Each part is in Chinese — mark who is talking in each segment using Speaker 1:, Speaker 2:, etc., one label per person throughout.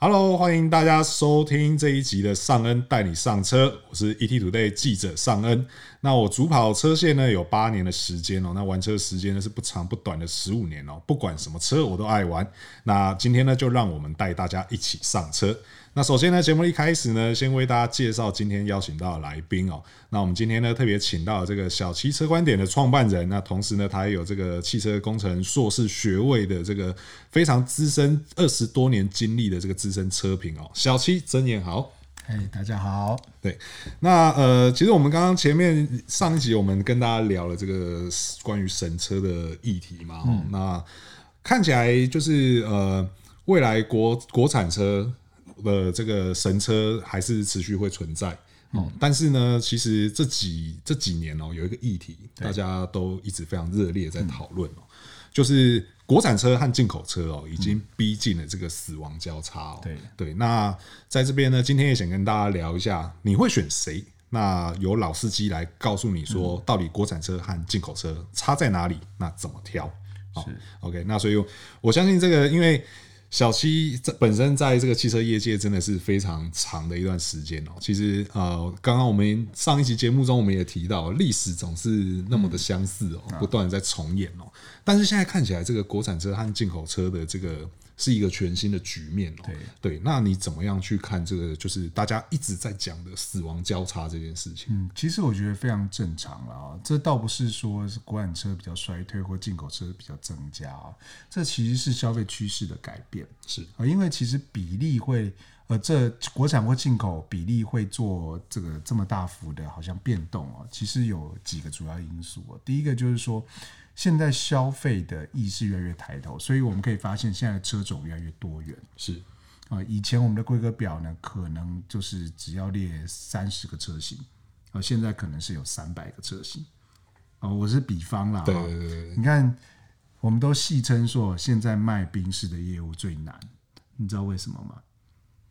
Speaker 1: Hello，欢迎大家收听这一集的尚恩带你上车，我是 ETtoday 记者尚恩。那我主跑车线呢有八年的时间哦，那玩车时间呢是不长不短的十五年哦，不管什么车我都爱玩。那今天呢就让我们带大家一起上车。那首先呢，节目一开始呢，先为大家介绍今天邀请到的来宾哦。那我们今天呢，特别请到这个小汽车观点的创办人，那同时呢，他也有这个汽车工程硕士学位的这个非常资深二十多年经历的这个资深车评哦。小七，真言好。
Speaker 2: 哎、大家好，
Speaker 1: 对，那呃，其实我们刚刚前面上一集我们跟大家聊了这个关于神车的议题嘛，哦那看起来就是呃，未来国国产车的这个神车还是持续会存在哦，但是呢，其实这几这几年哦，有一个议题大家都一直非常热烈在讨论哦，就是国产车和进口车哦，已经逼近了这个死亡交叉哦。
Speaker 2: 对
Speaker 1: 对，那在这边呢，今天也想跟大家聊一下，你会选谁？那由老司机来告诉你说，到底国产车和进口车差在哪里？那怎么挑？好，OK，那所以我相信这个，因为小七在本身在这个汽车业界真的是非常长的一段时间哦。其实呃，刚刚我们上一期节目中我们也提到，历史总是那么的相似哦，不断的在重演哦。但是现在看起来，这个国产车和进口车的这个是一个全新的局面哦。对，那你怎么样去看这个？就是大家一直在讲的死亡交叉这件事情。
Speaker 2: 嗯，其实我觉得非常正常了啊、这倒不是说是国产车比较衰退或进口车比较增加啊、这其实是消费趋势的改变
Speaker 1: 是
Speaker 2: 啊、因为其实比例会呃，这国产或进口比例会做这个这么大幅的好像变动啊、其实有几个主要因素、啊，第一个就是说。现在消费的意识越来越抬头，所以我们可以发现现在的车种越来越多元。
Speaker 1: 是，
Speaker 2: 啊，以前我们的规格表呢，可能就是只要列三十个车型，啊，现在可能是有三百个车型。啊，我是比方啦，
Speaker 1: 对
Speaker 2: 啊
Speaker 1: 对对对
Speaker 2: 你看，我们都戏称说，现在卖宾士的业务最难，你知道为什么吗？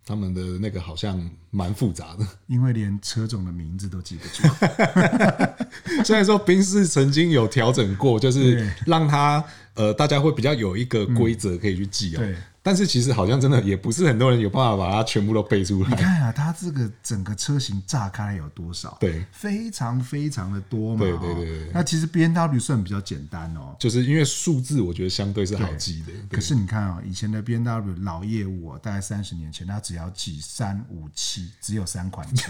Speaker 1: 他们的那个好像蛮复杂的。
Speaker 2: 因为连车种的名字都记 不住。
Speaker 1: 虽然说宾士曾经有调整过，就是
Speaker 2: 嗯
Speaker 1: 让它呃大家会比较有一个规则可以去记哦
Speaker 2: 对。
Speaker 1: 但是其实好像真的也不是很多人有办法把它全部都背出
Speaker 2: 你
Speaker 1: 来。
Speaker 2: 看啊，它这个整个车型炸开来有多少？
Speaker 1: 对，
Speaker 2: 非常非常的多嘛。
Speaker 1: 对对
Speaker 2: 哦
Speaker 1: 对对
Speaker 2: 那其实 B N W 算比较简单哦，
Speaker 1: 就是因为数字，我觉得相对是好记的。
Speaker 2: 可是你看啊、以前的 B N W 老业务哦，大概三十年前，它只要记三五七，只有三款 车，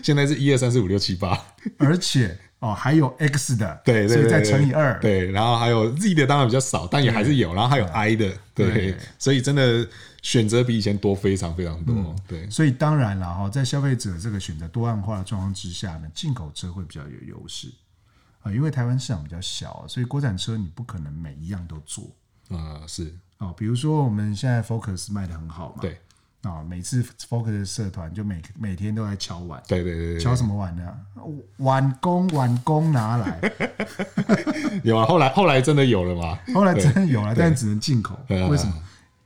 Speaker 1: 现在是一二三四五六七 八，
Speaker 2: 而且哦还有 X 的，
Speaker 1: 对，对
Speaker 2: 所以再
Speaker 1: 对对
Speaker 2: 乘以二，
Speaker 1: 对，然后还有 Z 的当然比较少，但也还是有，然后还有 I 的，对
Speaker 2: 对，
Speaker 1: 所以真的选择比以前多非常非常多，
Speaker 2: 嗯
Speaker 1: 对，
Speaker 2: 所以当然了哈、在消费者这个选择多样化的状况之下呢，进口车会比较有优势啊、因为台湾市场比较小，所以国产车你不可能每一样都做
Speaker 1: 啊是，
Speaker 2: 啊、比如说我们现在 Focus 卖的很好嘛，
Speaker 1: 对，
Speaker 2: 啊、每次 Focus 的社团就每每天都在敲碗。
Speaker 1: 对对对对
Speaker 2: 敲什么啊碗呢？碗工碗工拿来，
Speaker 1: 对，有啊，后来后来真的有了嘛，
Speaker 2: 后来真的有了，但只能进口。
Speaker 1: 对啊
Speaker 2: 为什么？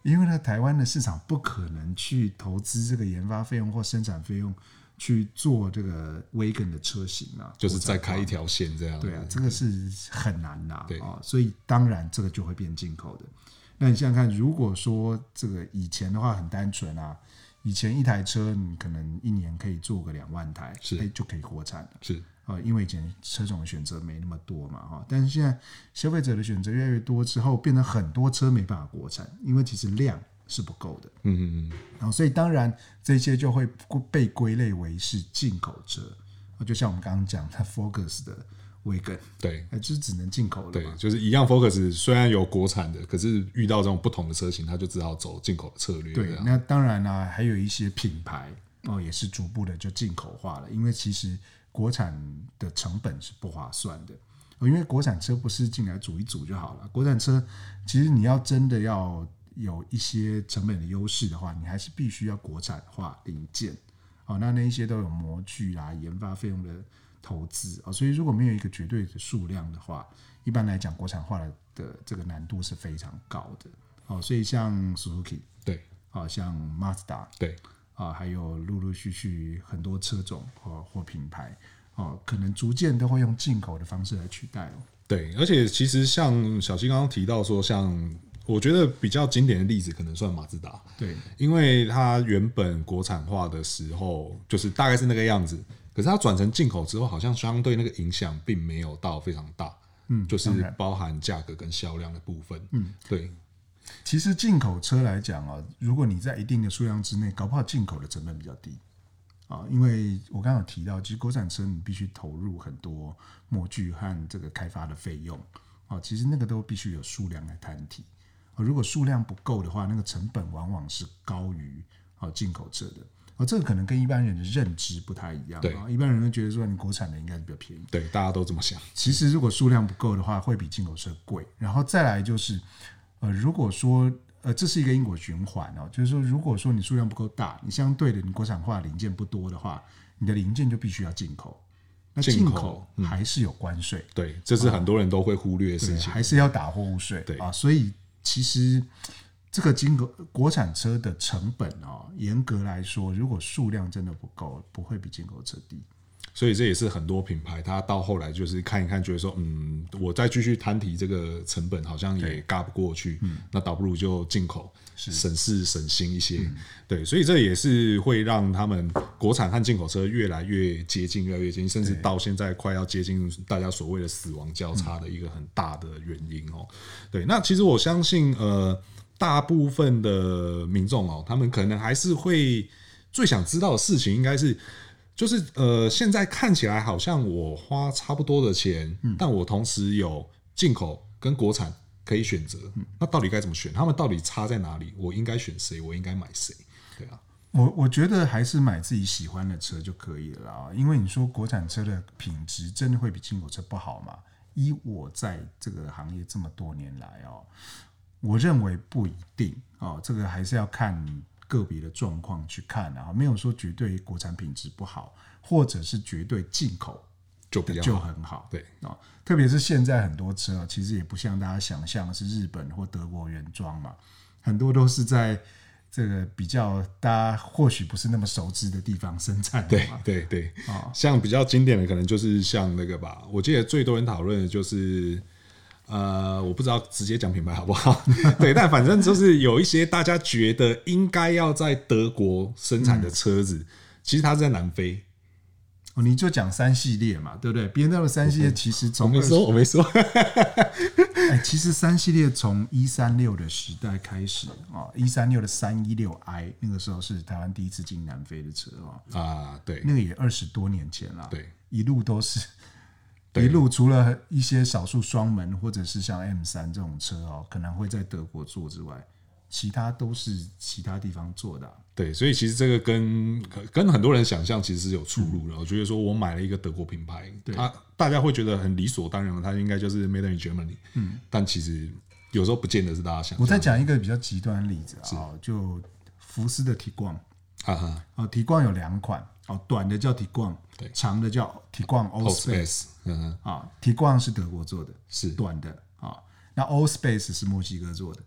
Speaker 2: 因为呢，台湾的市场不可能去投资这个研发费用或生产费用去做这个 vegan 的车型啊，
Speaker 1: 就是再开一条线这样，
Speaker 2: 对啊，这个是很难呐、啊
Speaker 1: 对，
Speaker 2: 所以当然这个就会变进口的。那你想想看，如果说这个以前的话很单纯啊，以前一台车你可能一年可以做个两万台，
Speaker 1: 是
Speaker 2: 哎就可以国产了。
Speaker 1: 是
Speaker 2: 啊，因为以前车种的选择没那么多嘛，哈，但是现在消费者的选择越来越多之后，变得很多车没办法国产，因为其实量是不够的，
Speaker 1: 嗯嗯嗯，
Speaker 2: 然后所以当然这些就会被归类为是进口车，啊，就像我们刚刚讲的 Focus 的 Wagon，
Speaker 1: 对。
Speaker 2: 哎，就是只能进口了
Speaker 1: 对
Speaker 2: 嘛，，
Speaker 1: 就是一样。Focus 虽然有国产的，可是遇到这种不同的车型，他就只好走进口的策略。这
Speaker 2: 对
Speaker 1: 样，
Speaker 2: 那当然啦、还有一些品牌哦，也是逐步的就进口化了，因为其实国产的成本是不划算的。哦因为国产车不是进来组一组就好了，国产车其实你要真的要有一些成本的优势的话，你还是必须要国产化零件。哦，那那一些都有模具啊、研发费用的投资哦，所以如果没有一个绝对的数量的话，一般来讲国产化的的这个难度是非常高的。哦，所以像 Suzuki，
Speaker 1: 对
Speaker 2: 啊，像 Mazda
Speaker 1: 对
Speaker 2: 啊，还有陆陆续续很多车种啊或或品牌哦，可能逐渐都会用进口的方式来取代哦。
Speaker 1: 对，而且其实像小七刚刚提到说，像我觉得比较经典的例子可能算马自达，
Speaker 2: 对，
Speaker 1: 因为它原本国产化的时候就是大概是那个样子，可是它转成进口之后，好像相对那个影响并没有到非常大，
Speaker 2: 嗯，
Speaker 1: 就是
Speaker 2: 当然
Speaker 1: 包含价格跟销量的部分，嗯，对，
Speaker 2: 其实进口车来讲啊，如果你在一定的数量之内，搞不好进口的成本比较低啊，因为我刚刚有提到，其实国产车你必须投入很多模具和这个开发的费用啊，其实那个都必须有数量来摊提啊，如果数量不够的话，那个成本往往是高于啊进口车的。哦，这个可能跟一般人的认知不太一样。
Speaker 1: 对
Speaker 2: 啊，一般人会觉得说你国产的应该是比较便宜。
Speaker 1: 对，大家都这么想，
Speaker 2: 其实如果数量不够的话，会比进口车贵。然后再来就是，呃，如果说呃这是一个因果循环哦，就是说如果说你数量不够大，你相对的你国产化零件不多的话，你的零件就必须要进口。那
Speaker 1: 进
Speaker 2: 进
Speaker 1: 口嗯
Speaker 2: 口还是有关税，
Speaker 1: 对，这
Speaker 2: 啊
Speaker 1: 是很多人都会忽略的事
Speaker 2: 对，
Speaker 1: 情，
Speaker 2: 还是要打货物税，
Speaker 1: 对
Speaker 2: 啊，所以其实这个进口国产车的成本哦，严格来说，如果数量真的不够，不会比进口车低。
Speaker 1: 所以这也是很多品牌它到后来就是看一看，觉得说，嗯，我再继续摊提这个成本好像也尬不过去，那倒不如就进口，省事省心一些。对，所以这也是会让他们国产和进口车越来越接近，越来越接近，甚至到现在快要接近大家所谓的死亡交叉的一个很大的原因哦。对，那其实我相信，呃，大部分的民众哦，他们可能还是会最想知道的事情，应该是就是呃，现在看起来好像我花差不多的钱，但我同时有进口跟国产可以选择，那到底该怎么选？他们到底差在哪里？我应该选谁？我应该买谁？对啊，
Speaker 2: 我我觉得还是买自己喜欢的车就可以了啊，因为你说国产车的品质真的会比进口车不好吗？依我在这个行业这么多年来哦，我认为不一定哦，这个还是要看个别的状况去看啊，没有说绝对国产品质不好，或者是绝对进口
Speaker 1: 就比较
Speaker 2: 就
Speaker 1: 好
Speaker 2: 很好。
Speaker 1: 对
Speaker 2: 啊、特别是现在很多车啊，其实也不像大家想象是日本或德国原装嘛，很多都是在这个比较大家或许不是那么熟知的地方生产的
Speaker 1: 对
Speaker 2: 嘛。
Speaker 1: 对对
Speaker 2: 哦，
Speaker 1: 像比较经典的可能就是像那个吧，我记得最多人讨论的就是。呃，我不知道直接讲品牌好不 好？对，但反正就是有一些大家觉得应该要在德国生产的车子，其实它是在南非。
Speaker 2: 哦，你就讲三系列嘛，对不对？别人的三系列其实
Speaker 1: 我
Speaker 2: 从
Speaker 1: 没
Speaker 2: 二十
Speaker 1: 说，我没说。
Speaker 2: 哎，其实三系列从一三六的时代开始啊，一三六的三一六 i 那个时候是台湾第一次进南非的车 啊、
Speaker 1: 啊，对
Speaker 2: 那个也二十多年前了。
Speaker 1: 对，
Speaker 2: 一路都是，
Speaker 1: 对
Speaker 2: 一路除了一些少数双门或者是像 M 三这种车哦，可能会在德国做之外，其他都是其他地方做的啊、
Speaker 1: 对，所以其实这个跟跟很多人想象其实是有出入的。我觉得说我买了一个德国品牌，
Speaker 2: 嗯对
Speaker 1: 它大家会觉得很理所当然，它应该就是 Made in Germany。嗯，但其实有时候不见得是大家想象的。
Speaker 2: 我再讲一个比较极端的例子啊、就福斯的 Tiguan
Speaker 1: 哈哈
Speaker 2: 啊，Tiguan 有两款哦，短的叫 Tiguan，
Speaker 1: 对
Speaker 2: 长的叫 Tiguan All
Speaker 1: ，Old
Speaker 2: Space
Speaker 1: Space，嗯哼，
Speaker 2: 啊，Tiguan 是德国做的，
Speaker 1: 是
Speaker 2: 短的啊，那 All Space 是墨西哥做的，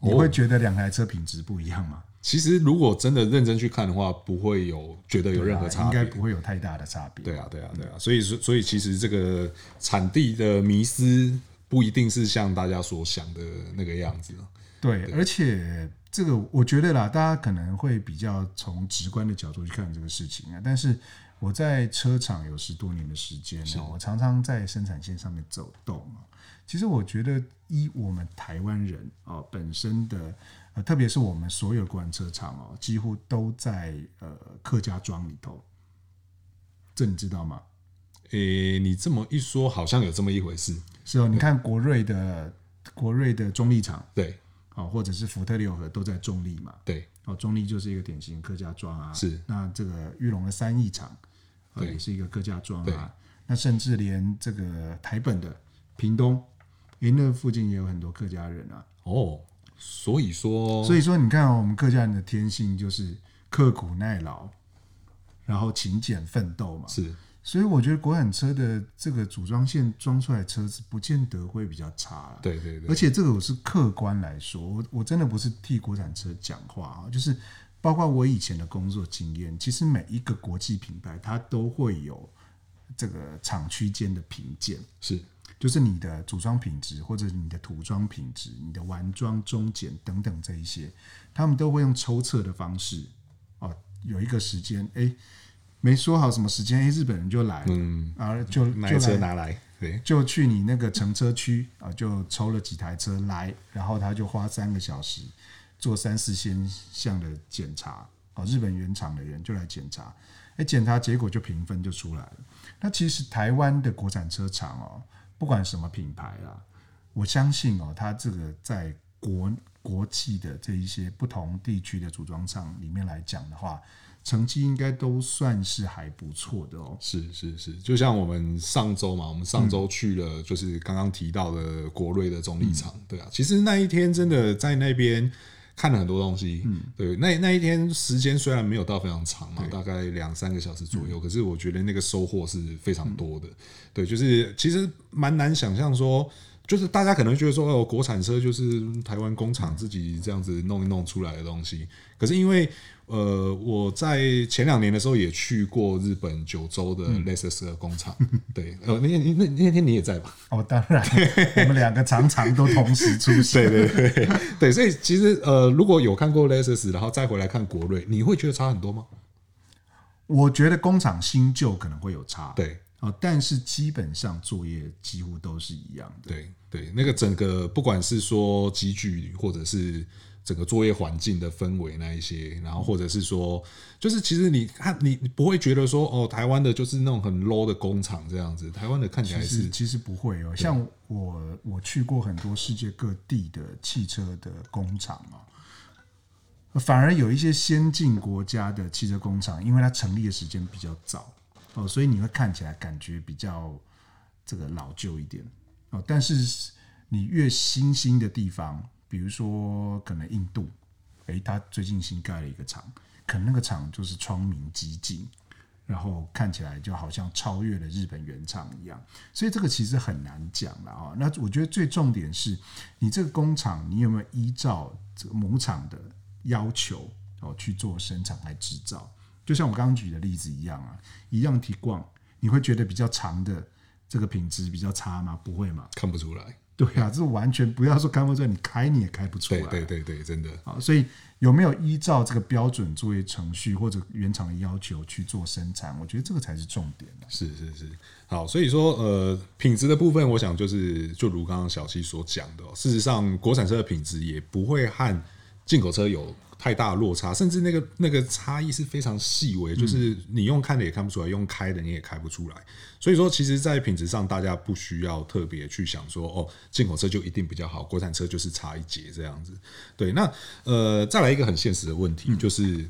Speaker 1: 哦
Speaker 2: 你会觉得两台车品质不一样吗？
Speaker 1: 其实如果真的认真去看的话，不会有觉得有任何差
Speaker 2: 啊应该
Speaker 1: 别。
Speaker 2: 不会有太大的差别。
Speaker 1: 对啊，对啊，对啊，所以说，所以其实这个产地的迷失不一定是像大家所想的那个样子。
Speaker 2: 对，而且这个我觉得啦，大家可能会比较从直观的角度去看这个事情啊。但是我在车厂有十多年的时间了，我常常在生产线上面走动啊。其实我觉得，依我们台湾人啊、哦、本身的，呃，特别是我们所有观车厂哦，几乎都在呃客家庄里头，这你知道吗？
Speaker 1: 诶、你这么一说，好像有这么一回事。
Speaker 2: 是哦，你看国瑞的国瑞的中立厂
Speaker 1: 对
Speaker 2: 啊、哦，或者是福特六合都在中立嘛，
Speaker 1: 对，
Speaker 2: 哦，中立就是一个典型客家庄啊，
Speaker 1: 是
Speaker 2: 那这个玉龙的三义厂，呃，
Speaker 1: 对
Speaker 2: 也是一个客家庄
Speaker 1: 对
Speaker 2: 啊，那甚至连这个台本的屏东，诶，那附近也有很多客家人啊，
Speaker 1: 哦，所以说，
Speaker 2: 所以说你看、哦、我们客家人的天性就是刻苦耐劳，然后勤俭奋斗嘛，
Speaker 1: 是
Speaker 2: 所以我觉得国产车的这个组装线装出来的车子，不见得会比较差啊啦。
Speaker 1: 对对对，
Speaker 2: 而且这个我是客观来说，我我真的不是替国产车讲话啊，就是包括我以前的工作经验，其实每一个国际品牌它都会有这个厂区间的评鉴。
Speaker 1: 是
Speaker 2: 就是你的组装品质，或者你的涂装品质、你的完装、中检等等这一些，他们都会用抽测的方式哦，有一个时间，哎、没说好什么时间，哎、日本人就来了，
Speaker 1: 嗯，
Speaker 2: 啊，就就
Speaker 1: 哪一车
Speaker 2: 来
Speaker 1: 拿来？对，
Speaker 2: 就去你那个乘车区啊，就抽了几台车来，然后他就花三个小时做三四千项的检查啊，日本原厂的人就来检查，哎，检查结果就评分就出来了。那其实台湾的国产车厂哦，不管什么品牌啦，我相信哦，它这个在国国际的这一些不同地区的组装厂里面来讲的话，成绩应该都算是还不错的哦。
Speaker 1: 是是是，就像我们上周嘛，我们上周去了，就是刚刚提到的国瑞的中立场，
Speaker 2: 嗯
Speaker 1: 对啊，其实那一天真的在那边看了很多东西，嗯，对，那那一天时间虽然没有到非常长嘛，大概两三个小时左右，
Speaker 2: 嗯
Speaker 1: 可是我觉得那个收获是非常多的，对，就是其实蛮难想象说。就是大家可能觉得说，哦，国产车就是台湾工厂自己这样子弄一弄出来的东西。可是因为呃，我在前两年的时候也去过日本九州的 Lexus 的工厂，对，呃，那天那那天你也在吧？
Speaker 2: 哦，当 然，我们两个常常都同时出现。
Speaker 1: 对对对对，所以其实呃，如果有看过 Lexus，然后再回来看国瑞，你会觉得差很多吗？
Speaker 2: 我觉得工厂新旧可能会有差，
Speaker 1: 对
Speaker 2: 哦，但是基本上作业几乎都是一样的。
Speaker 1: 对对，那个整个不管是说集聚或者是。整个作业环境的氛围那一些，然后或者是说，就是其实你看你你不会觉得说哦，台湾的就是那种很 low 的工厂这样子，台湾的看起来
Speaker 2: 其
Speaker 1: 是
Speaker 2: 实其实不会哦，像我我去过很多世界各地的汽车的工厂哦，反而有一些先进国家的汽车工厂，因为它成立的时间比较早哦，所以你会看起来感觉比较这个老旧一点哦。但是你越新兴的地方，比如说可能印度，诶，它最近新盖了一个厂，可能那个厂就是窗明几净。然后看起来就好像超越了日本原厂一样，所以这个其实很难讲了啊。那我觉得最重点是你这个工厂，你有没有依照这个母厂的要求哦去做生产来制造？就像我刚刚举的例子一样啊，一样提逛，你会觉得比较长的这个品质比较差吗？不会嘛？
Speaker 1: 看不出来。
Speaker 2: 对啊，这完全不要说看不出来，你开你也开不出来
Speaker 1: 对
Speaker 2: 啊。
Speaker 1: 对对对，真的。
Speaker 2: 啊，所以有没有依照这个标准作业程序或者原厂的要求去做生产？我觉得这个才是重点啊
Speaker 1: 是是是，好，所以说呃，品质的部分，我想就是就如刚刚小七所讲的哦、事实上国产车的品质也不会和进口车有太大的落差，甚至那个那个差异是非常细微，就是你用看的也看不出来，用开的你也开不出来。所以说，其实，在品质上，大家不需要特别去想说哦，进口车就一定比较好，国产车就是差一截这样子。对，那呃，再来一个很现实的问
Speaker 2: 嗯
Speaker 1: 题，就是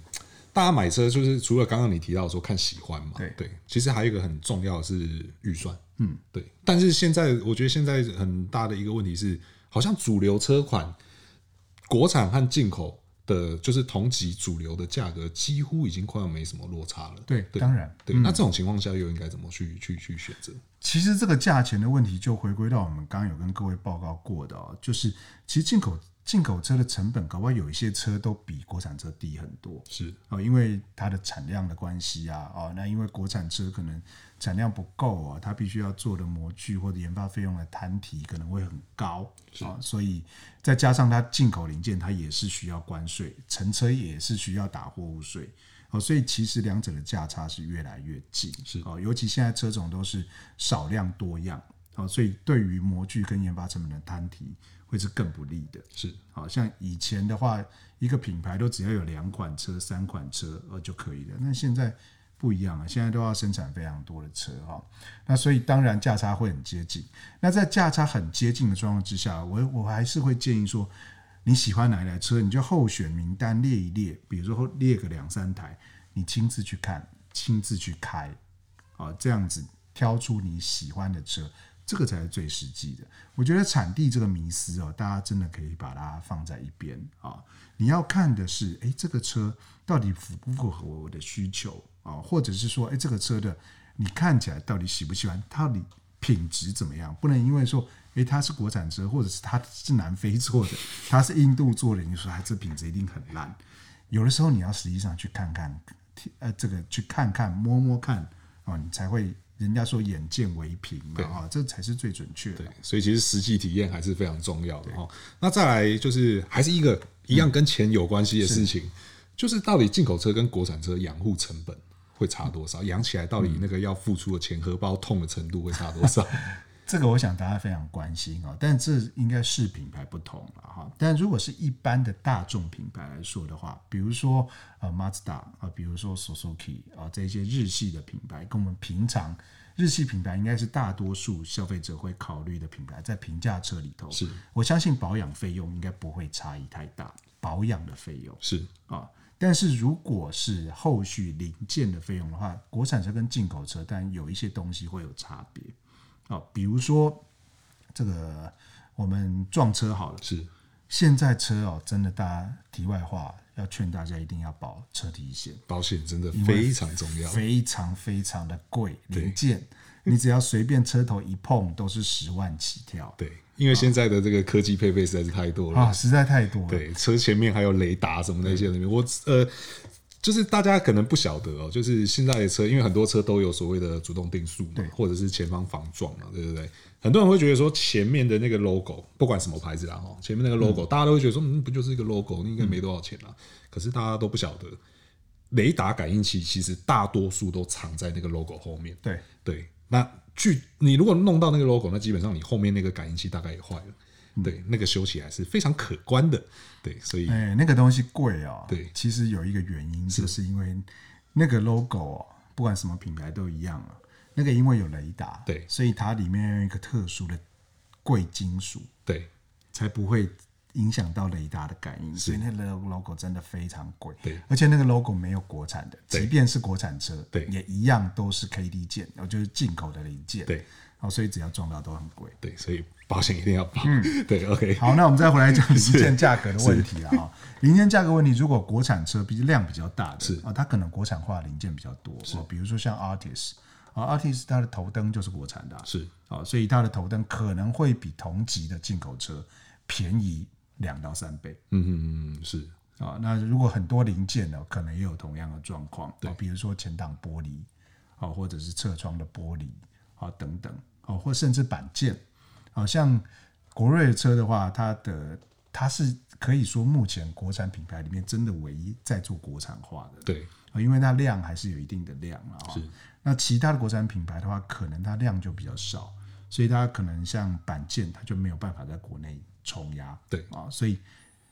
Speaker 1: 大家买车就是除了刚刚你提到说看喜欢嘛，
Speaker 2: 对
Speaker 1: 其实还有一个很重要的是预算，嗯，对。但是现在我觉得现在很大的一个问题是，好像主流车款，国产和进口的，就是同级主流的价格几乎已经快要没什么落差了。
Speaker 2: 对，
Speaker 1: 对
Speaker 2: 当然，
Speaker 1: 对，那这种情况下又应该怎么去去去选择？
Speaker 2: 其实这个价钱的问题就回归到我们刚刚有跟各位报告过的哦，就是其实进口进口车的成本，搞不好有一些车都比国产车低很多。
Speaker 1: 是
Speaker 2: 哦，因为它的产量的关系啊，哦，那因为国产车可能产量不够啊，它必须要做的模具或者研发费用的摊提可能会很高啊、哦所以再加上它进口零件，它也是需要关税，乘车也是需要打货物税。哦，所以其实两者的价差是越来越近，
Speaker 1: 是
Speaker 2: 哦，尤其现在车种都是少量多样，哦，所以对于模具跟研发成本的摊提会是更不利的。
Speaker 1: 是，
Speaker 2: 好像以前的话，一个品牌都只要有两款车、三款车呃就可以了。那现在不一样了，现在都要生产非常多的车哈、那所以当然价差会很接近。那在价差很接近的状况之下，我我还是会建议说，你喜欢哪一台车，你就候选名单列一列，比如说列个两三台，你亲自去看，亲自去开，啊，这样子挑出你喜欢的车，这个才是最实际的。我觉得产地这个迷思哦，大家真的可以把它放在一边啊、你要看的是，诶，这个车到底符不符合我的需求啊、或者是说，诶，这个车的你看起来到底喜不喜欢，到底品质怎么样？不能因为说，诶，它是国产车，或者是它是南非做的，它是印度做的，你就说它啊这品质一定很烂。有的时候你要实际上去看看，呃，这个去看看摸摸看哦，你才会人家说眼见为凭嘛，哈，这才是最准确的
Speaker 1: 对。，所以其实实际体验还是非常重要的哦。那再来就是还是一个一样跟钱有关系的事情，就是到底进口车跟国产车养护成本会差多少？养起来到底那个要付出的钱荷包痛的程度会差多少？
Speaker 2: 这个我想大家非常关心哦，但这应该是品牌不同了哈。但如果是一般的大众品牌来说的话，比如说呃 Mazda 啊、呃比如说 Suzuki 啊、这些日系的品牌，跟我们平常日系品牌应该是大多数消费者会考虑的品牌，在平价车里头，
Speaker 1: 是
Speaker 2: 我相信保养费用应该不会差异太大，保养的费用。
Speaker 1: 是
Speaker 2: 啊。但是如果是后续零件的费用的话，国产车跟进口车，当然有一些东西会有差别啊，比如说这个我们撞车好了，
Speaker 1: 是
Speaker 2: 现在车哦，真的大家题外话要劝大家一定要保车体险，
Speaker 1: 保险真的非常重要，
Speaker 2: 非常非常的贵零件，你只要随便车头一碰都是十万起跳
Speaker 1: 对，因为现在的这个科技配备实在是太多了
Speaker 2: 啊，实在太多了。
Speaker 1: 对，车前面还有雷达什么那些的，我呃。就是大家可能不晓得哦，就是现在的车，因为很多车都有所谓的主动定速嘛，或者是前方防撞嘛，对不对？很多人会觉得说前面的那个 logo，不管什么牌子啦，哦，前面那个 logo，、大家都会觉得说，嗯，不就是一个 logo，应该没多少钱啦。啊可是大家都不晓得，雷达感应器其实大多数都藏在那个 logo 后面。
Speaker 2: 对，
Speaker 1: 对，那据你如果弄到那个 logo，那基本上你后面那个感应器大概也坏了。对，那个修起来是非常可观的。对，所以
Speaker 2: 哎、那个东西贵哦。
Speaker 1: 对
Speaker 2: 其实有一个原因，就是因为那个 logo 哦，不管什么品牌都一样啊。那个因为有雷达，
Speaker 1: 对
Speaker 2: 所以它里面用一个特殊的贵金属，
Speaker 1: 对
Speaker 2: 才不会影响到雷达的感应。所以那个 logo 真的非常贵，
Speaker 1: 对
Speaker 2: 而且那个 logo 没有国产的，
Speaker 1: 对
Speaker 2: 即便是国产车，
Speaker 1: 对
Speaker 2: 也一样都是 KD 件，哦，就是进口的零件，
Speaker 1: 对，
Speaker 2: 哦，所以只要撞到都很贵。
Speaker 1: 对，所以保险一定要保。 对，OK，
Speaker 2: 好，那我们再回来讲零件价格的问题了啊。零件价格问题，如果国产车比量比较大的，
Speaker 1: 是
Speaker 2: 啊，它可能国产化零件比较多，哦比如说像 Artist 啊，Artist 它的头灯就是国产的啊，
Speaker 1: 是
Speaker 2: 啊，所以它的头灯可能会比同级的进口车便宜两到三倍
Speaker 1: 嗯，嗯是
Speaker 2: 啊。那如果很多零件呢，可能也有同样的状况，对，比如说前挡玻璃啊，或者是侧窗的玻璃啊等等，哦，或甚至板件，好像国瑞的车的话，它的它是可以说目前国产品牌里面真的唯一在做国产化的，
Speaker 1: 对，
Speaker 2: 啊，因为它量还是有一定的量啊。哈
Speaker 1: 是
Speaker 2: 那其他的国产品牌的话，可能它量就比较少，所以它可能像板件，它就没有办法在国内冲压。
Speaker 1: 对
Speaker 2: 啊，所以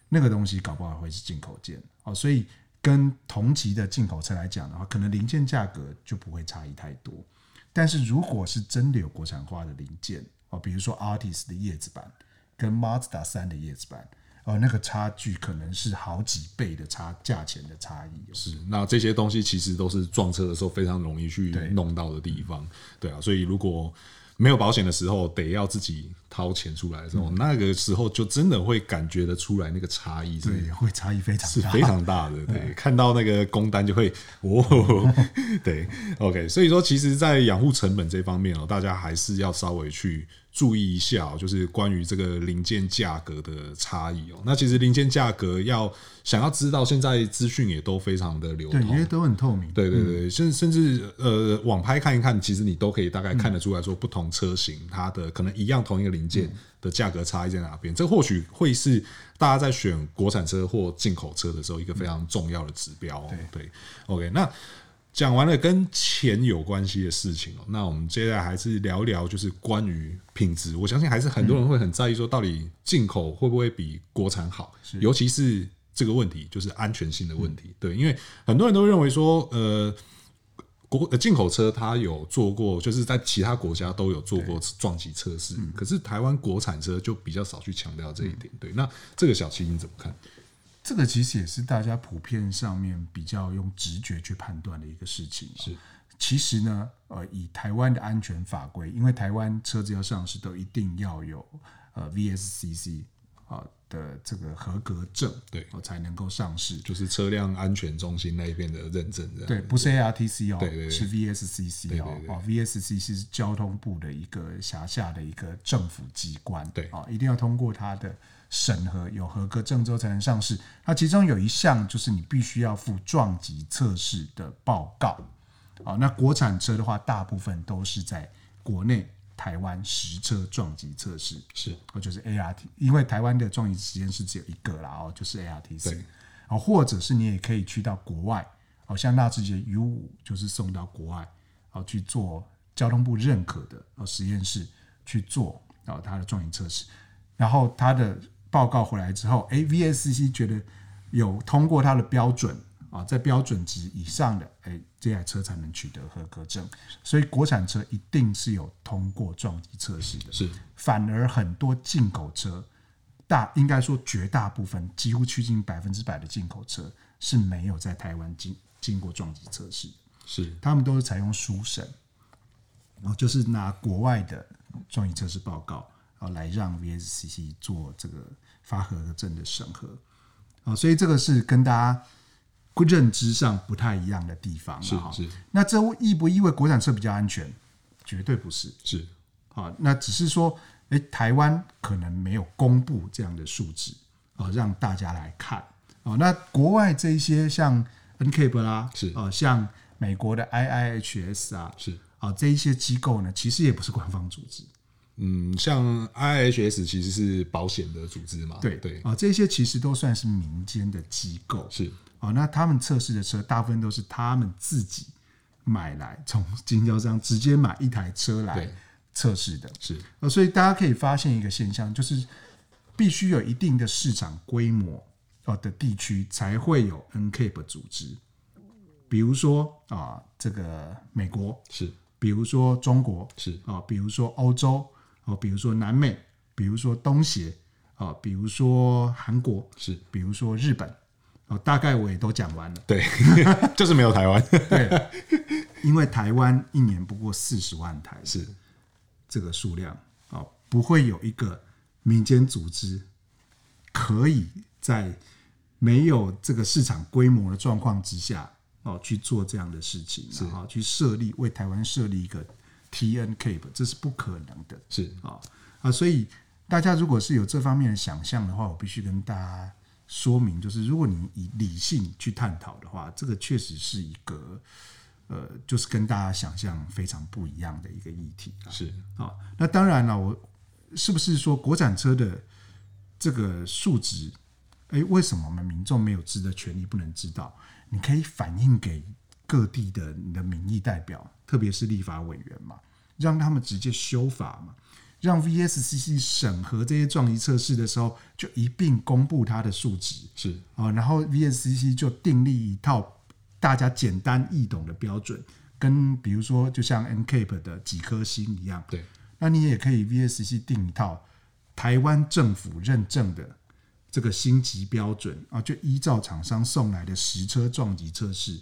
Speaker 2: 那个东西搞不好会是进口件哦，所以跟同级的进口车来讲的话，可能零件价格就不会差异太多。但是如果是真的有国产化的零件哦，比如说 Artist 的叶子板跟 Mazda 三的叶子板。哦，那个差距可能是好几倍的差价钱的差异、哦。
Speaker 1: 是。那这些东西其实都是撞车的时候非常容易去
Speaker 2: 对
Speaker 1: 弄到的地方。对啊，所以如果没有保险的时候，得要自己掏钱出来的时候，那个时候就真的会感觉得出来那个差异是
Speaker 2: 对，会差异非常
Speaker 1: 是
Speaker 2: 大。
Speaker 1: 非常大 的，对，看到那个工单就会哦， 对，OK，所以说其实，在养护成本这方面哦，大家还是要稍微去注意一下哦，就是关于这个零件价格的差异哦。那其实零件价格要想要知道，现在资讯也都非常的流
Speaker 2: 对，因
Speaker 1: 通哦
Speaker 2: 为，都很透明。
Speaker 1: 对对对，甚甚至呃，网拍看一看，其实你都可以大概看得出来说，不同车型它的可能一样同一个零件的价格差异在哪边。这或许会是大家在选国产车或进口车的时候一个非常重要的指标哦。对，OK，那。讲完了跟钱有关系的事情哦，那我们接下来还是聊一聊，就是关于品质。我相信还是很多人会很在意，说到底进口会不会比国产好，尤其是这个问题，就是安全性的问题。对，因为很多人都认为说，呃，国呃进口车它有做过，就是在其他国家都有做过撞击测试，可是台湾国产车就比较少去强调这一点。对，那这个小七你怎么看？
Speaker 2: 这个其实也是大家普遍上面比较用直觉去判断的一个事情。是，其实呢，呃，以台湾的安全法规，因为台湾车子要上市都一定要有呃 VSCC 啊、的这个合格证，
Speaker 1: 对
Speaker 2: 哦才能够上市。
Speaker 1: 就是车辆安全中心那一边的认证，这样
Speaker 2: 对，不是 ARTC 哦，
Speaker 1: 对对对
Speaker 2: 是 VSCC 哦
Speaker 1: 对对，对
Speaker 2: 哦 VSCC 是交通部的一个辖下的一个政府机关，
Speaker 1: 对
Speaker 2: 哦，一定要通过它的审核，有合格证之后才能上市。那其中有一项就是你必须要附撞击测试的报告，好，那国产车的话，大部分都是在国内台湾实车撞击测试，
Speaker 1: 是
Speaker 2: 哦，就是 ART，因为台湾的撞击实验室只有一个啦，哦，就是 ARTC，
Speaker 1: 对
Speaker 2: 哦，或者是你也可以去到国外，哦，像纳智捷 U 五就是送到国外，哦，去做交通部认可的哦实验室去做哦它的撞击测试，然后它的报告回来之后，哎，VSCC 觉得有通过它的标准。啊，在标准值以上的，哎、这台车才能取得合格证。所以国产车一定是有通过撞击测试的。
Speaker 1: 是
Speaker 2: 反而很多进口车，大应该说绝大部分，几乎趋近百分之百的进口车是没有在台湾经经过撞击测试的，
Speaker 1: 是
Speaker 2: 他们都是采用书审，然后就是拿国外的撞击测试报告，然后来让 VSCC 做这个发合格证的审核。啊，所以这个是跟大家认知上不太一样的地方了
Speaker 1: 是
Speaker 2: 哈。
Speaker 1: 是
Speaker 2: 那这意不意味国产车比较安全？绝对不是。
Speaker 1: 是
Speaker 2: 啊，那只是说，诶，台湾可能没有公布这样的数值啊、哦让大家来看啊、哦那国外这一些像 NCAP 啦，
Speaker 1: 是
Speaker 2: 啊、像美国的 IIHS 啊，
Speaker 1: 是，
Speaker 2: 啊、这一些机构呢，其实也不是官方组织，
Speaker 1: 嗯，像 IHS 其实是保险的组织嘛，
Speaker 2: 对
Speaker 1: 对
Speaker 2: 啊、这些其实都算是民间的机构
Speaker 1: 是
Speaker 2: 啊、那他们测试的车大部分都是他们自己买来，从经销商直接买一台车来
Speaker 1: 对
Speaker 2: 测试的，
Speaker 1: 是
Speaker 2: 呃，所以大家可以发现一个现象，就是必须有一定的市场规模哦的地区才会有 NCAP 组织，比如说啊，这个美国，
Speaker 1: 是
Speaker 2: 比如说中国
Speaker 1: 是
Speaker 2: 啊，比如说欧洲哦，比如说南美，比如说东协啊，比如说韩国，
Speaker 1: 是，
Speaker 2: 比如说日本哦，大概我也都讲完了。
Speaker 1: 对， 就是没有台湾，
Speaker 2: 对，因为台湾一年不过四十万台
Speaker 1: 是
Speaker 2: 这个数量啊、哦不会有一个民间组织可以在没有这个市场规模的状况之下哦去做这样的事情，然后去设立为台湾设立一个 TNCAP，这是不可能的
Speaker 1: 是
Speaker 2: 啊、哦啊！所以大家如果是有这方面的想象的话，我必须跟大家说明，就是如果你以理性去探讨的话，这个确实是一个呃，就是跟大家想象非常不一样的一个议题啊。
Speaker 1: 是
Speaker 2: 啊、那当然了，我是不是说国产车的这个数值，哎，为什么我们民众没有知的权利不能知道？你可以反映给各地的你的民意代表，特别是立法委员嘛，让他们直接修法嘛，让 VSCC 审核这些撞击测试的时候，就一并公布它的数值。
Speaker 1: 是
Speaker 2: 啊，然后 VSCC 就订立一套大家简单易懂的标准，跟比如说就像 NCAP 的几颗星一样，
Speaker 1: 对
Speaker 2: 那你也可以 VSCC 定一套台湾政府认证的这个星级标准啊，就依照厂商送来的实车撞击测试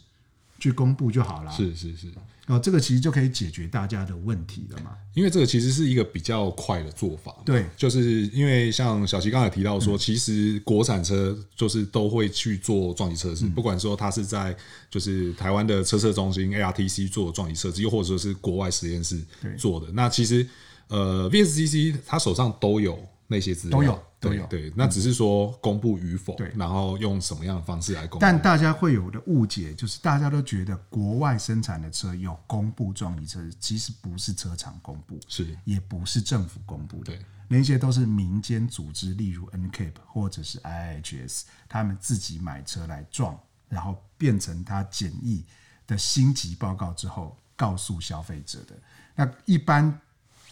Speaker 2: 去公布就好了。
Speaker 1: 是是是，
Speaker 2: 啊，这个其实就可以解决大家的问题了嘛。
Speaker 1: 因为这个其实是一个比较快的做法嘛，
Speaker 2: 对嗯
Speaker 1: 就是因为像小齐刚才提到说，其实国产车就是都会去做撞击测
Speaker 2: 嗯
Speaker 1: 试，不管说它是在就是台湾的车测中心 ARTC 做撞击测试，又或者说是国外实验室做的。那其实呃，VSCC 它手上都有那些资料，
Speaker 2: 都有
Speaker 1: 对
Speaker 2: 都有嗯
Speaker 1: 对，那只是说公布与否，
Speaker 2: 对
Speaker 1: 然后用什么样的方式来公布，
Speaker 2: 但大家会有的误解就是，大家都觉得国外生产的车有公布撞击测试，其实不是车厂公布，
Speaker 1: 是
Speaker 2: 也不是政府公布的
Speaker 1: 对，
Speaker 2: 那些都是民间组织，例如 NCAP 或者是 IHS，他们自己买车来撞，然后变成它简易的星级报告之后告诉消费者的。那一般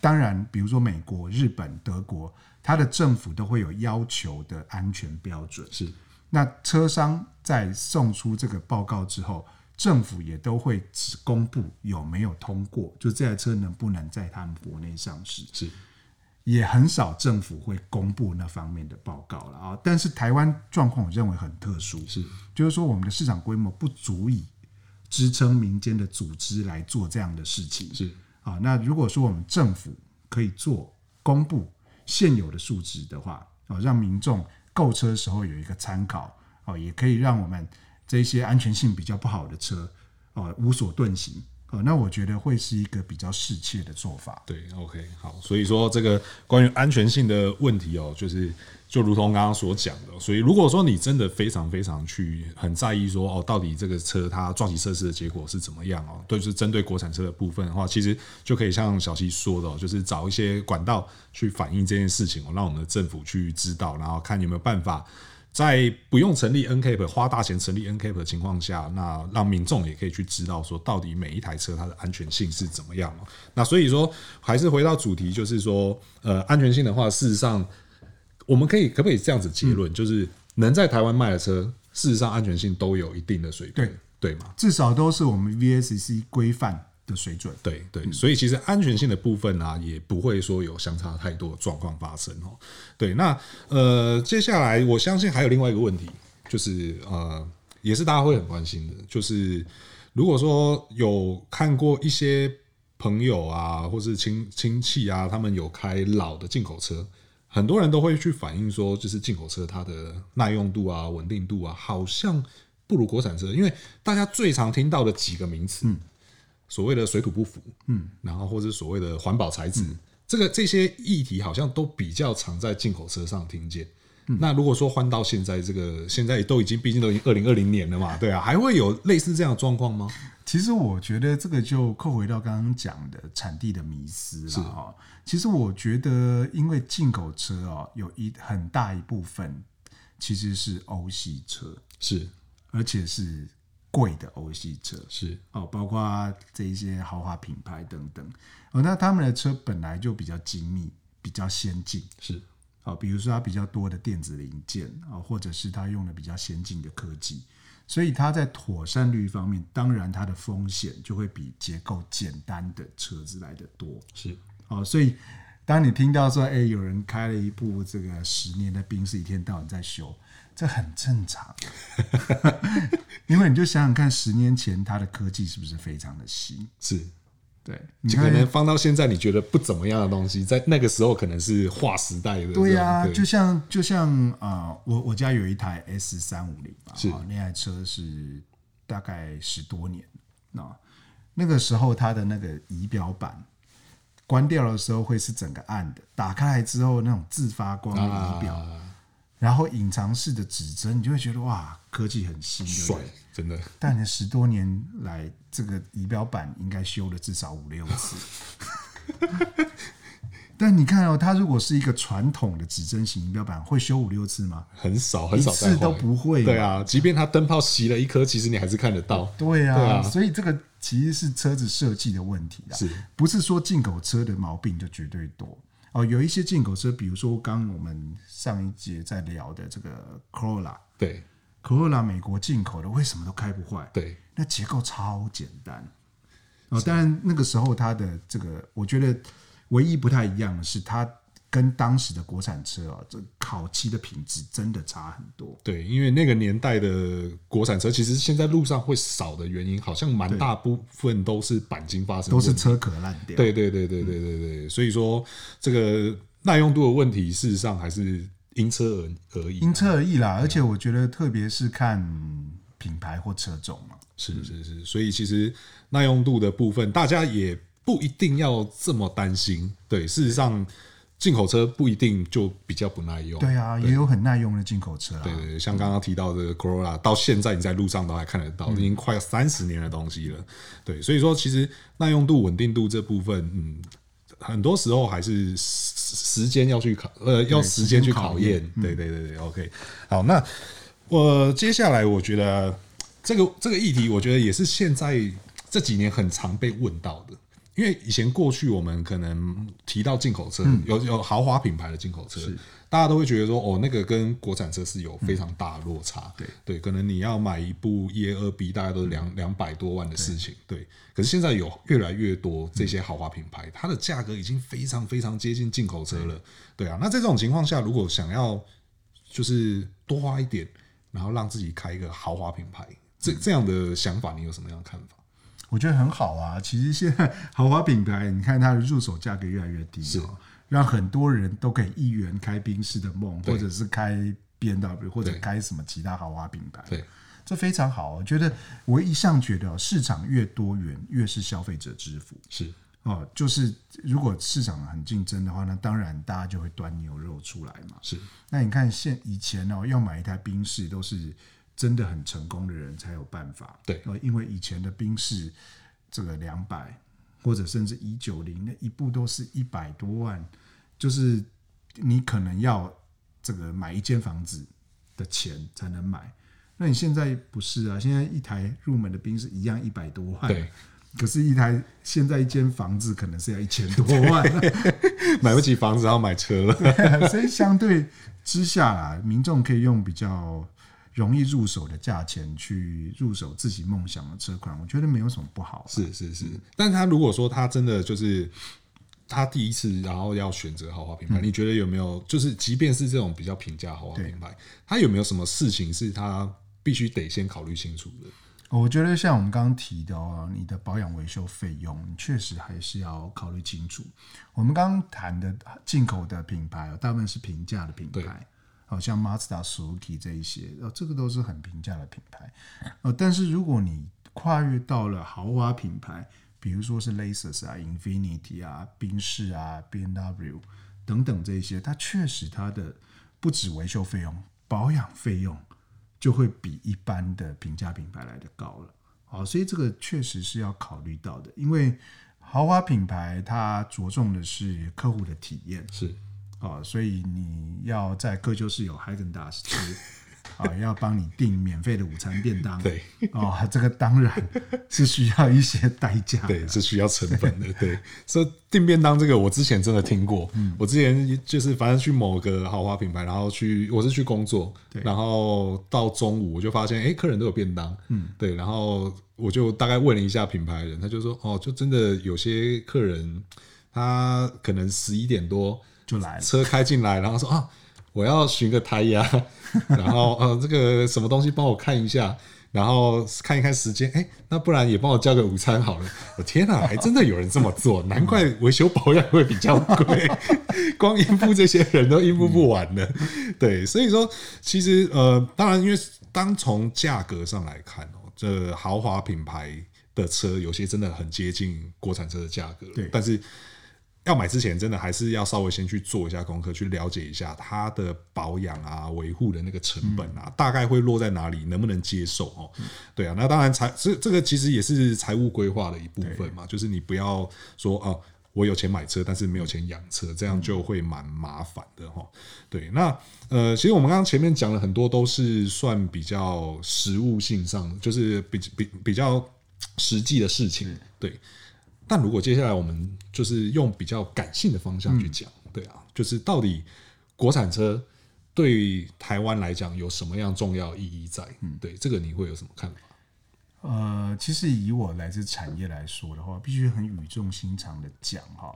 Speaker 2: 当然，比如说美国、日本、德国，它的政府都会有要求的安全标准。
Speaker 1: 是
Speaker 2: 那车商在送出这个报告之后，政府也都会只公布有没有通过，就这台车能不能在他们国内上市，
Speaker 1: 是
Speaker 2: 也很少政府会公布那方面的报告了啊。但是台湾状况，我认为很特殊，
Speaker 1: 是
Speaker 2: 就是说我们的市场规模不足以支撑民间的组织来做这样的事情。
Speaker 1: 是
Speaker 2: 啊，那如果说我们政府可以做公布现有的数值的话，啊，让民众购车时候有一个参考，啊啊哦、也可以让我们这些安全性比较不好的车，哦、无所遁形，呃，那我觉得会是一个比较适切的做法。
Speaker 1: 对，OK，好，所以说这个关于安全性的问题哦，就是就如同刚刚所讲的哦，所以如果说你真的非常非常去很在意说哦，到底这个车它撞击测试的结果是怎么样哦，对，就是针对国产车的部分的话，其实就可以像小溪说的、哦，就是找一些管道去反映这件事情哦，让我们的政府去知道，然后看有没有办法。在不用成立 NCAP 花大钱成立 NCAP 的情况下，那让民众也可以去知道说，到底每一台车它的安全性是怎么样哦那所以说，还是回到主题，就是说，呃，安全性的话，事实上，我们可以可不可以这样子结论，就是能在台湾卖的车，事实上安全性都有一定的水平，对吗？
Speaker 2: 至少都是我们 VSC 规范的水准。
Speaker 1: 对对，所以其实安全性的部分啊，也不会说有相差太多的状况发生哦。对，那呃，接下来我相信还有另外一个问题，就是呃，也是大家会很关心的，就是如果说有看过一些朋友啊，或是亲亲戚啊，他们有开老的进口车。很多人都会去反映说，就是进口车它的耐用度啊、稳定度啊，好像不如国产车。因为大家最常听到的几个名词，所谓的水土不服，嗯，然后或者所谓的环保材质，
Speaker 2: 嗯
Speaker 1: 这个这些议题好像都比较常在进口车上听见。
Speaker 2: 嗯
Speaker 1: 那如果说换到现在这个，现在都已经，毕竟都已经二零二零年了
Speaker 2: 嗯
Speaker 1: 嘛，对啊，还会有类似这样的状况吗？
Speaker 2: 其实我觉得这个就扣回到刚刚讲的产地的迷思了哈。其实我觉得，因为进口车哦，有一很大一部分其实是欧系车，
Speaker 1: 是
Speaker 2: 而且是贵的欧系车
Speaker 1: 是，
Speaker 2: 哦，包括这一些豪华品牌等等哦。那他们的车本来就比较精密，比较先进，
Speaker 1: 是
Speaker 2: 啊，比如说它比较多的电子零件啊，或者是它用了比较先进的科技，所以它在妥善率方面，当然它的风险就会比结构简单的车子来的多
Speaker 1: 是，
Speaker 2: 啊。所以当你听到说，哎、有人开了一部这个十年的宾士，一天到晚在修，这很正常， 因为你就想想看，十年前它的科技是不是非常的新？
Speaker 1: 是，
Speaker 2: 对，你
Speaker 1: 就可
Speaker 2: 看
Speaker 1: 能放到现在你觉得不怎么样的东西，在那个时候可能是划时代的这种，
Speaker 2: 对呀、
Speaker 1: 对
Speaker 2: 就像就像呃，我我家有一台 S 三五零吧，
Speaker 1: 是
Speaker 2: 哦那台车是大概十多年那、哦那个时候它的那个仪表板关掉的时候会是整个暗的，打开来之后那种自发光的仪表，
Speaker 1: 啊，
Speaker 2: 然后隐藏式的指针，你就会觉得哇，科技很新，对不
Speaker 1: 帅
Speaker 2: 对？，
Speaker 1: 真的
Speaker 2: 但你十多年来，这个仪表板应该修了至少五六次。 但你看哦，它如果是一个传统的指针型仪表板，会修五六次吗？
Speaker 1: 很少很
Speaker 2: 一
Speaker 1: 少再
Speaker 2: 次
Speaker 1: 换
Speaker 2: 都不会。
Speaker 1: 对，啊，即便它灯泡熄了一颗，其实你还是看得到。
Speaker 2: 对啊，
Speaker 1: 对啊
Speaker 2: 所以这个其实是车子设计的问题啦，
Speaker 1: 是
Speaker 2: 不是说进口车的毛病就绝对多哦？有一些进口车，比如说刚我们上一节在聊的这个 Corolla，Corolla
Speaker 1: 对
Speaker 2: 美国进口的，为什么都开不坏？
Speaker 1: 对
Speaker 2: 那结构超简单。哦，当然那个时候它的这个，我觉得唯一不太一样的是，它跟当时的国产车啊、哦，这烤漆的品质真的差很多。
Speaker 1: 对，因为那个年代的国产车，其实现在路上会少的原因，好像蛮大部分都是钣金发生
Speaker 2: 都
Speaker 1: 问题，
Speaker 2: 是嗯车壳烂掉，
Speaker 1: 对对对对对对对，所以说这个耐用度的问题，事实上还是因车而而异啊。
Speaker 2: 因车而异啦。而且我觉得，特别是看品牌或车种嘛，
Speaker 1: 是是是，所以其实耐用度的部分，大家也不一定要这么担心。对，事实上，进口车不一定就比较不耐用。
Speaker 2: 对啊，也有很耐用的进口车啦。
Speaker 1: 哦
Speaker 2: 啊
Speaker 1: 对对对，像刚刚提到这个 Corolla，到现在你在路上都还看得到，已经快三十年的东西了。对，所以说其实耐用度、稳定度这部分，嗯，很多时候还是时时间要去考，呃，要时间去考验。嗯对对对对，OK。好，那我、接下来我觉得这个这个议题，我觉得也是现在这几年很常被问到的。因为以前过去我们可能提到进口车，有有豪华品牌的进口车，大家都会觉得说，哦，那个跟国产车是有非常大的落差。
Speaker 2: 对
Speaker 1: 嗯对，可能你要买一部 E 二 B，大概都是两两百多万的事情。对，可是现在有越来越多这些豪华品牌，它的价格已经非常非常接近进口车了。对啊，那这种情况下，如果想要就是多花一点，然后让自己开一个豪华品牌，这这样的想法，你有什么样的看法？
Speaker 2: 我觉得很好啊。其实现在豪华品牌，你看它的入手价格越来越低、哦，让很多人都可以一元开宾士的梦，
Speaker 1: 对
Speaker 2: 或者是开 B N W，或者
Speaker 1: 对
Speaker 2: 开什么其他豪华品牌。
Speaker 1: 对，
Speaker 2: 这非常好。我觉得我一向觉得哦市场越多元，越是消费者之福。
Speaker 1: 是
Speaker 2: 哦，就是如果市场很竞争的话，那当然大家就会端牛肉出来嘛。
Speaker 1: 是
Speaker 2: 那你看现以前哦，要买一台宾士都是真的很成功的人才有办法。
Speaker 1: 对
Speaker 2: 呃，因为以前的宾士这个两百或者甚至一九零，那一部都是一百多万，就是你可能要这个买一间房子的钱才能买。那你现在不是啊？现在一台入门的宾士一样一百多万，
Speaker 1: 对，
Speaker 2: 可是，一台现在一间房子可能是要一千多万，
Speaker 1: 买不起房子，然后买车了。
Speaker 2: 所以相对之下啦，民众可以用比较容易入手的价钱去入手自己梦想的车款，我觉得没有什么不好。啊
Speaker 1: 是是是，但他如果说他真的就是他第一次，然后要选择豪华品牌，你觉得有没有就是，即便是这种比较平价豪华品牌，他有没有什么事情是他必须得先考虑清楚的？
Speaker 2: 哦我觉得像我们刚刚提的哦，你的保养维修费用，你确实还是要考虑清楚。我们刚刚谈的进口的品牌哦，大部分是平价的品
Speaker 1: 对
Speaker 2: 牌，好像 Mazda、Suzuki 这一些，哦，这个都是很平价的品牌。呃，但是如果你跨越到了豪华品牌，比如说是 Lexus 啊、Infinity 啊、宾士啊、B N W 等等这一些，它确实它的不止维修费用、保养费用就会比一般的平价品牌来的高了。好，所以这个确实是要考虑到的，因为豪华品牌它着重的是客户的体验，
Speaker 1: 是
Speaker 2: 哦，所以你要在各就是有 h 根达斯 吃，啊、要帮你订免费的午餐便当，
Speaker 1: 对
Speaker 2: 哦，这个当然是需要一些代价的，
Speaker 1: 对，是需要成本的。对， 所以订便当这个，我之前真的听过。
Speaker 2: 嗯
Speaker 1: 我之前就是反正去某个豪华品牌，然后去我是去工作，
Speaker 2: 对
Speaker 1: 然后到中午我就发现，哎、客人都有便当，嗯，对，然后我就大概问了一下品牌人，他就说，哦，就真的有些客人他可能十一点多
Speaker 2: 就来了。
Speaker 1: 车开进来，然后说啊，我要寻个胎压， 然后呃，这个什么东西帮我看一下，然后看一看时间，哎、那不然也帮我叫个午餐好了。我天哪、还真的有人这么做，
Speaker 2: 嗯
Speaker 1: 难怪维修保养会比较 贵，光应付这些人都应付不完的。
Speaker 2: 嗯
Speaker 1: 对，所以说其实呃，当然因为当从价格上来看哦，这豪华品牌。的车有些真的很接近国产车的价格了，
Speaker 2: 对
Speaker 1: 但是要买之前，真的还是要稍微先去做一下功课，去了解一下它的保养啊、维护的那个成本啊，大概会落在哪里，能不能接受哦？对啊，那当然财这这个其实也是财务规划的一部分嘛，就是你不要说哦，我有钱买车，但是没有钱养车，这样就会蛮麻烦的哈、哦。对，那呃，其实我们刚刚前面讲了很多，都是算比较实务性上，就是比比比较实际的事情，对。但如果接下来我们就是用比较感性的方向去讲，对啊，就是到底国产车对台湾来讲有什么样重要意义在？对这个你会有什么看法？
Speaker 2: 呃，其实以我来自产业来说的话，必须很语重心长的讲哈，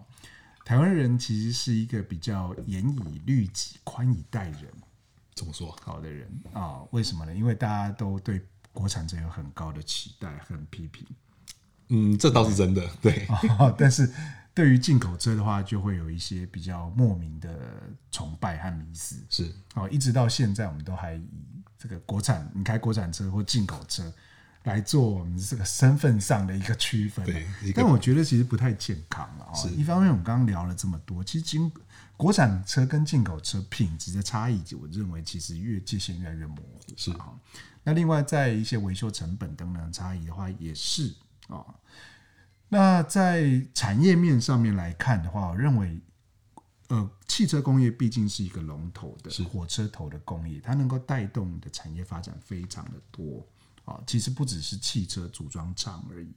Speaker 2: 台湾人其实是一个比较严以律己、宽以待人
Speaker 1: 怎么说？
Speaker 2: 好的人啊、为什么呢？因为大家都对国产车有很高的期待，很批评。
Speaker 1: 嗯，这倒是真的，对，
Speaker 2: 哦，但是对于进口车的话，就会有一些比较莫名的崇拜和迷思。
Speaker 1: 是
Speaker 2: 哦，一直到现在，我们都还以这个国产，你开国产车或进口车来做我们这个身份上的一个区分
Speaker 1: 对
Speaker 2: 啊。
Speaker 1: 一个
Speaker 2: 但我觉得其实不太健康了啊、哦。一方面，我们刚刚聊了这么多，其实进国产车跟进口车品质的差异，我认为其实越界限越来越模糊。
Speaker 1: 是
Speaker 2: 啊。那另外，在一些维修成本等等的差异的话，也是啊、哦那在产业面上面来看的话，我认为，呃，汽车工业毕竟是一个龙头的火车头的工业，它能够带动的产业发展非常的多啊、其实不只是汽车组装厂而已，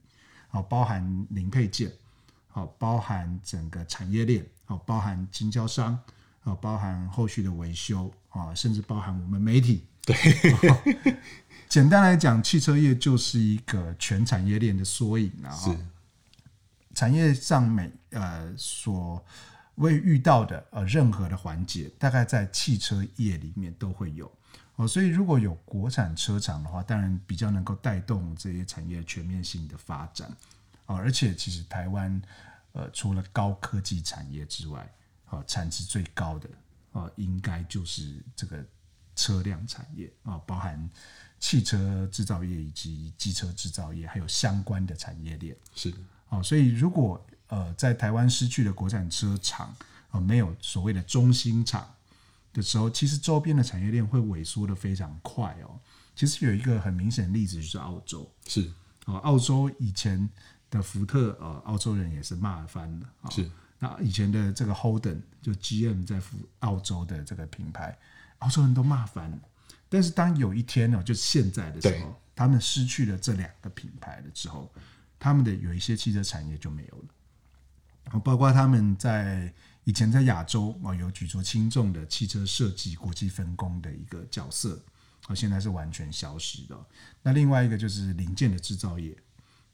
Speaker 2: 啊、包含零配件，啊、包含整个产业链，啊、包含经销商，啊、包含后续的维修啊、甚至包含我们媒体。
Speaker 1: 对
Speaker 2: 简单来讲，汽车业就是一个全产业链的缩影啊、
Speaker 1: 是
Speaker 2: 产业上每呃所未遇到的呃任何的环节，大概在汽车业里面都会有哦。所以如果有国产车厂的话，当然比较能够带动这些产业全面性的发展哦。而且其实台湾呃除了高科技产业之外，哦产值最啊高的哦应该就是这个车辆产业啊、哦，包含汽车制造业以及机车制造业，还有相关的产业链。
Speaker 1: 是
Speaker 2: 哦，所以如果呃在台湾失去了国产车厂，呃没有所谓的中心厂的时候，其实周边的产业链会萎缩的非常快哦。其实有一个很明显的例子就是澳洲，
Speaker 1: 是
Speaker 2: 哦，澳洲以前的福特，呃，澳洲人也是骂翻了。哦、
Speaker 1: 是，
Speaker 2: 那以前的这个 Holden 就 GM 在福澳洲的这个品牌，澳洲人都骂翻了。但是当有一天呢、哦，就是现在的时候，他们失去了这两个品牌了之后，他们的有一些汽车产业就没有了。然后包括他们在以前在亚洲哦有举足轻重的汽车设计国际分工的一个角色，哦现在是完全消失的哦。那另外一个就是零件的制造业，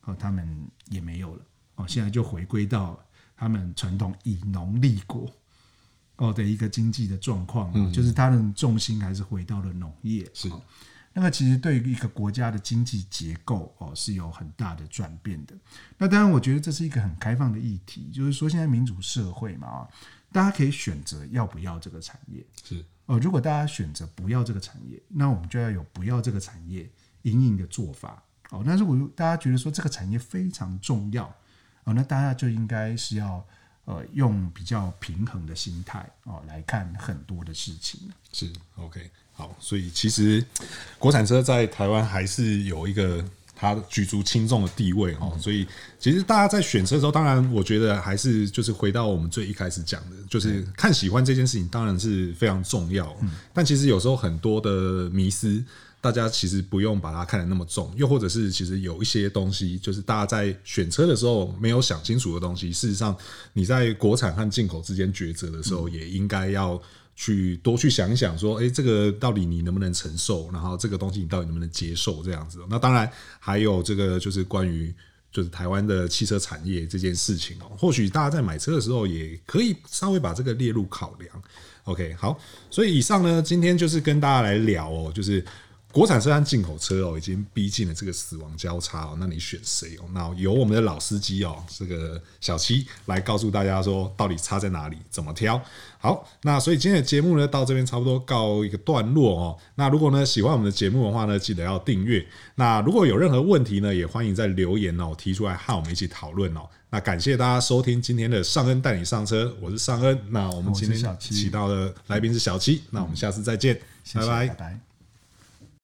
Speaker 2: 哦他们也没有了哦，现在就回归到他们传统以农立国哦的一个经济的状况，哦就是他们重心还是回到了农业
Speaker 1: 是
Speaker 2: 哦那个其实对于一个国家的经济结构哦是有很大的转变的。那当然，我觉得这是一个很开放的议题，就是说现在民主社会嘛啊，大家可以选择要不要这个产业。
Speaker 1: 是
Speaker 2: 哦，如果大家选择不要这个产业，那我们就要有不要这个产业隐隐的做法。哦，那如果大家觉得说这个产业非常重要，哦，那大家就应该是要呃用比较平衡的心态哦来看很多的事情。
Speaker 1: 是 OK。好，所以其实国产车在台湾还是有一个它举足轻重的地位哦。所以其实大家在选车的时候，当然我觉得还是就是回到我们最一开始讲的，就是看喜欢这件事情当然是非常重要，但其实有时候很多的迷思。大家其实不用把它看得那么重，又或者是其实有一些东西，就是大家在选车的时候没有想清楚的东西。事实上，你在国产和进口之间抉择的时候，也应该要去多去想一想，说，诶，这个到底你能不能承受？然后这个东西你到底能不能接受？这样子。那当然还有这个就是关于。就是台湾的汽车产业这件事情哦、或许大家在买车的时候也可以稍微把这个列入考量。OK，好，所以以上呢，今天就是跟大家来聊哦，就是国产车和进口车哦，已经逼近了这个死亡交叉哦，那你选谁哦？那由我们的老司机哦，这个小七来告诉大家说，到底差在哪里，怎么挑。好，那所以今天的节目呢，到这边差不多告一个段落哦。那如果呢喜欢我们的节目的话呢，记得要订阅。那如果有任何问题呢，也欢迎在留言哦提出来，和我们一起讨论哦。那感谢大家收听今天的尚恩带你上车，我是尚恩。那我们今天
Speaker 2: 我是小七
Speaker 1: 请到的来宾是小七，那我们下次再见，
Speaker 2: 谢谢
Speaker 1: 拜拜
Speaker 2: 拜。拜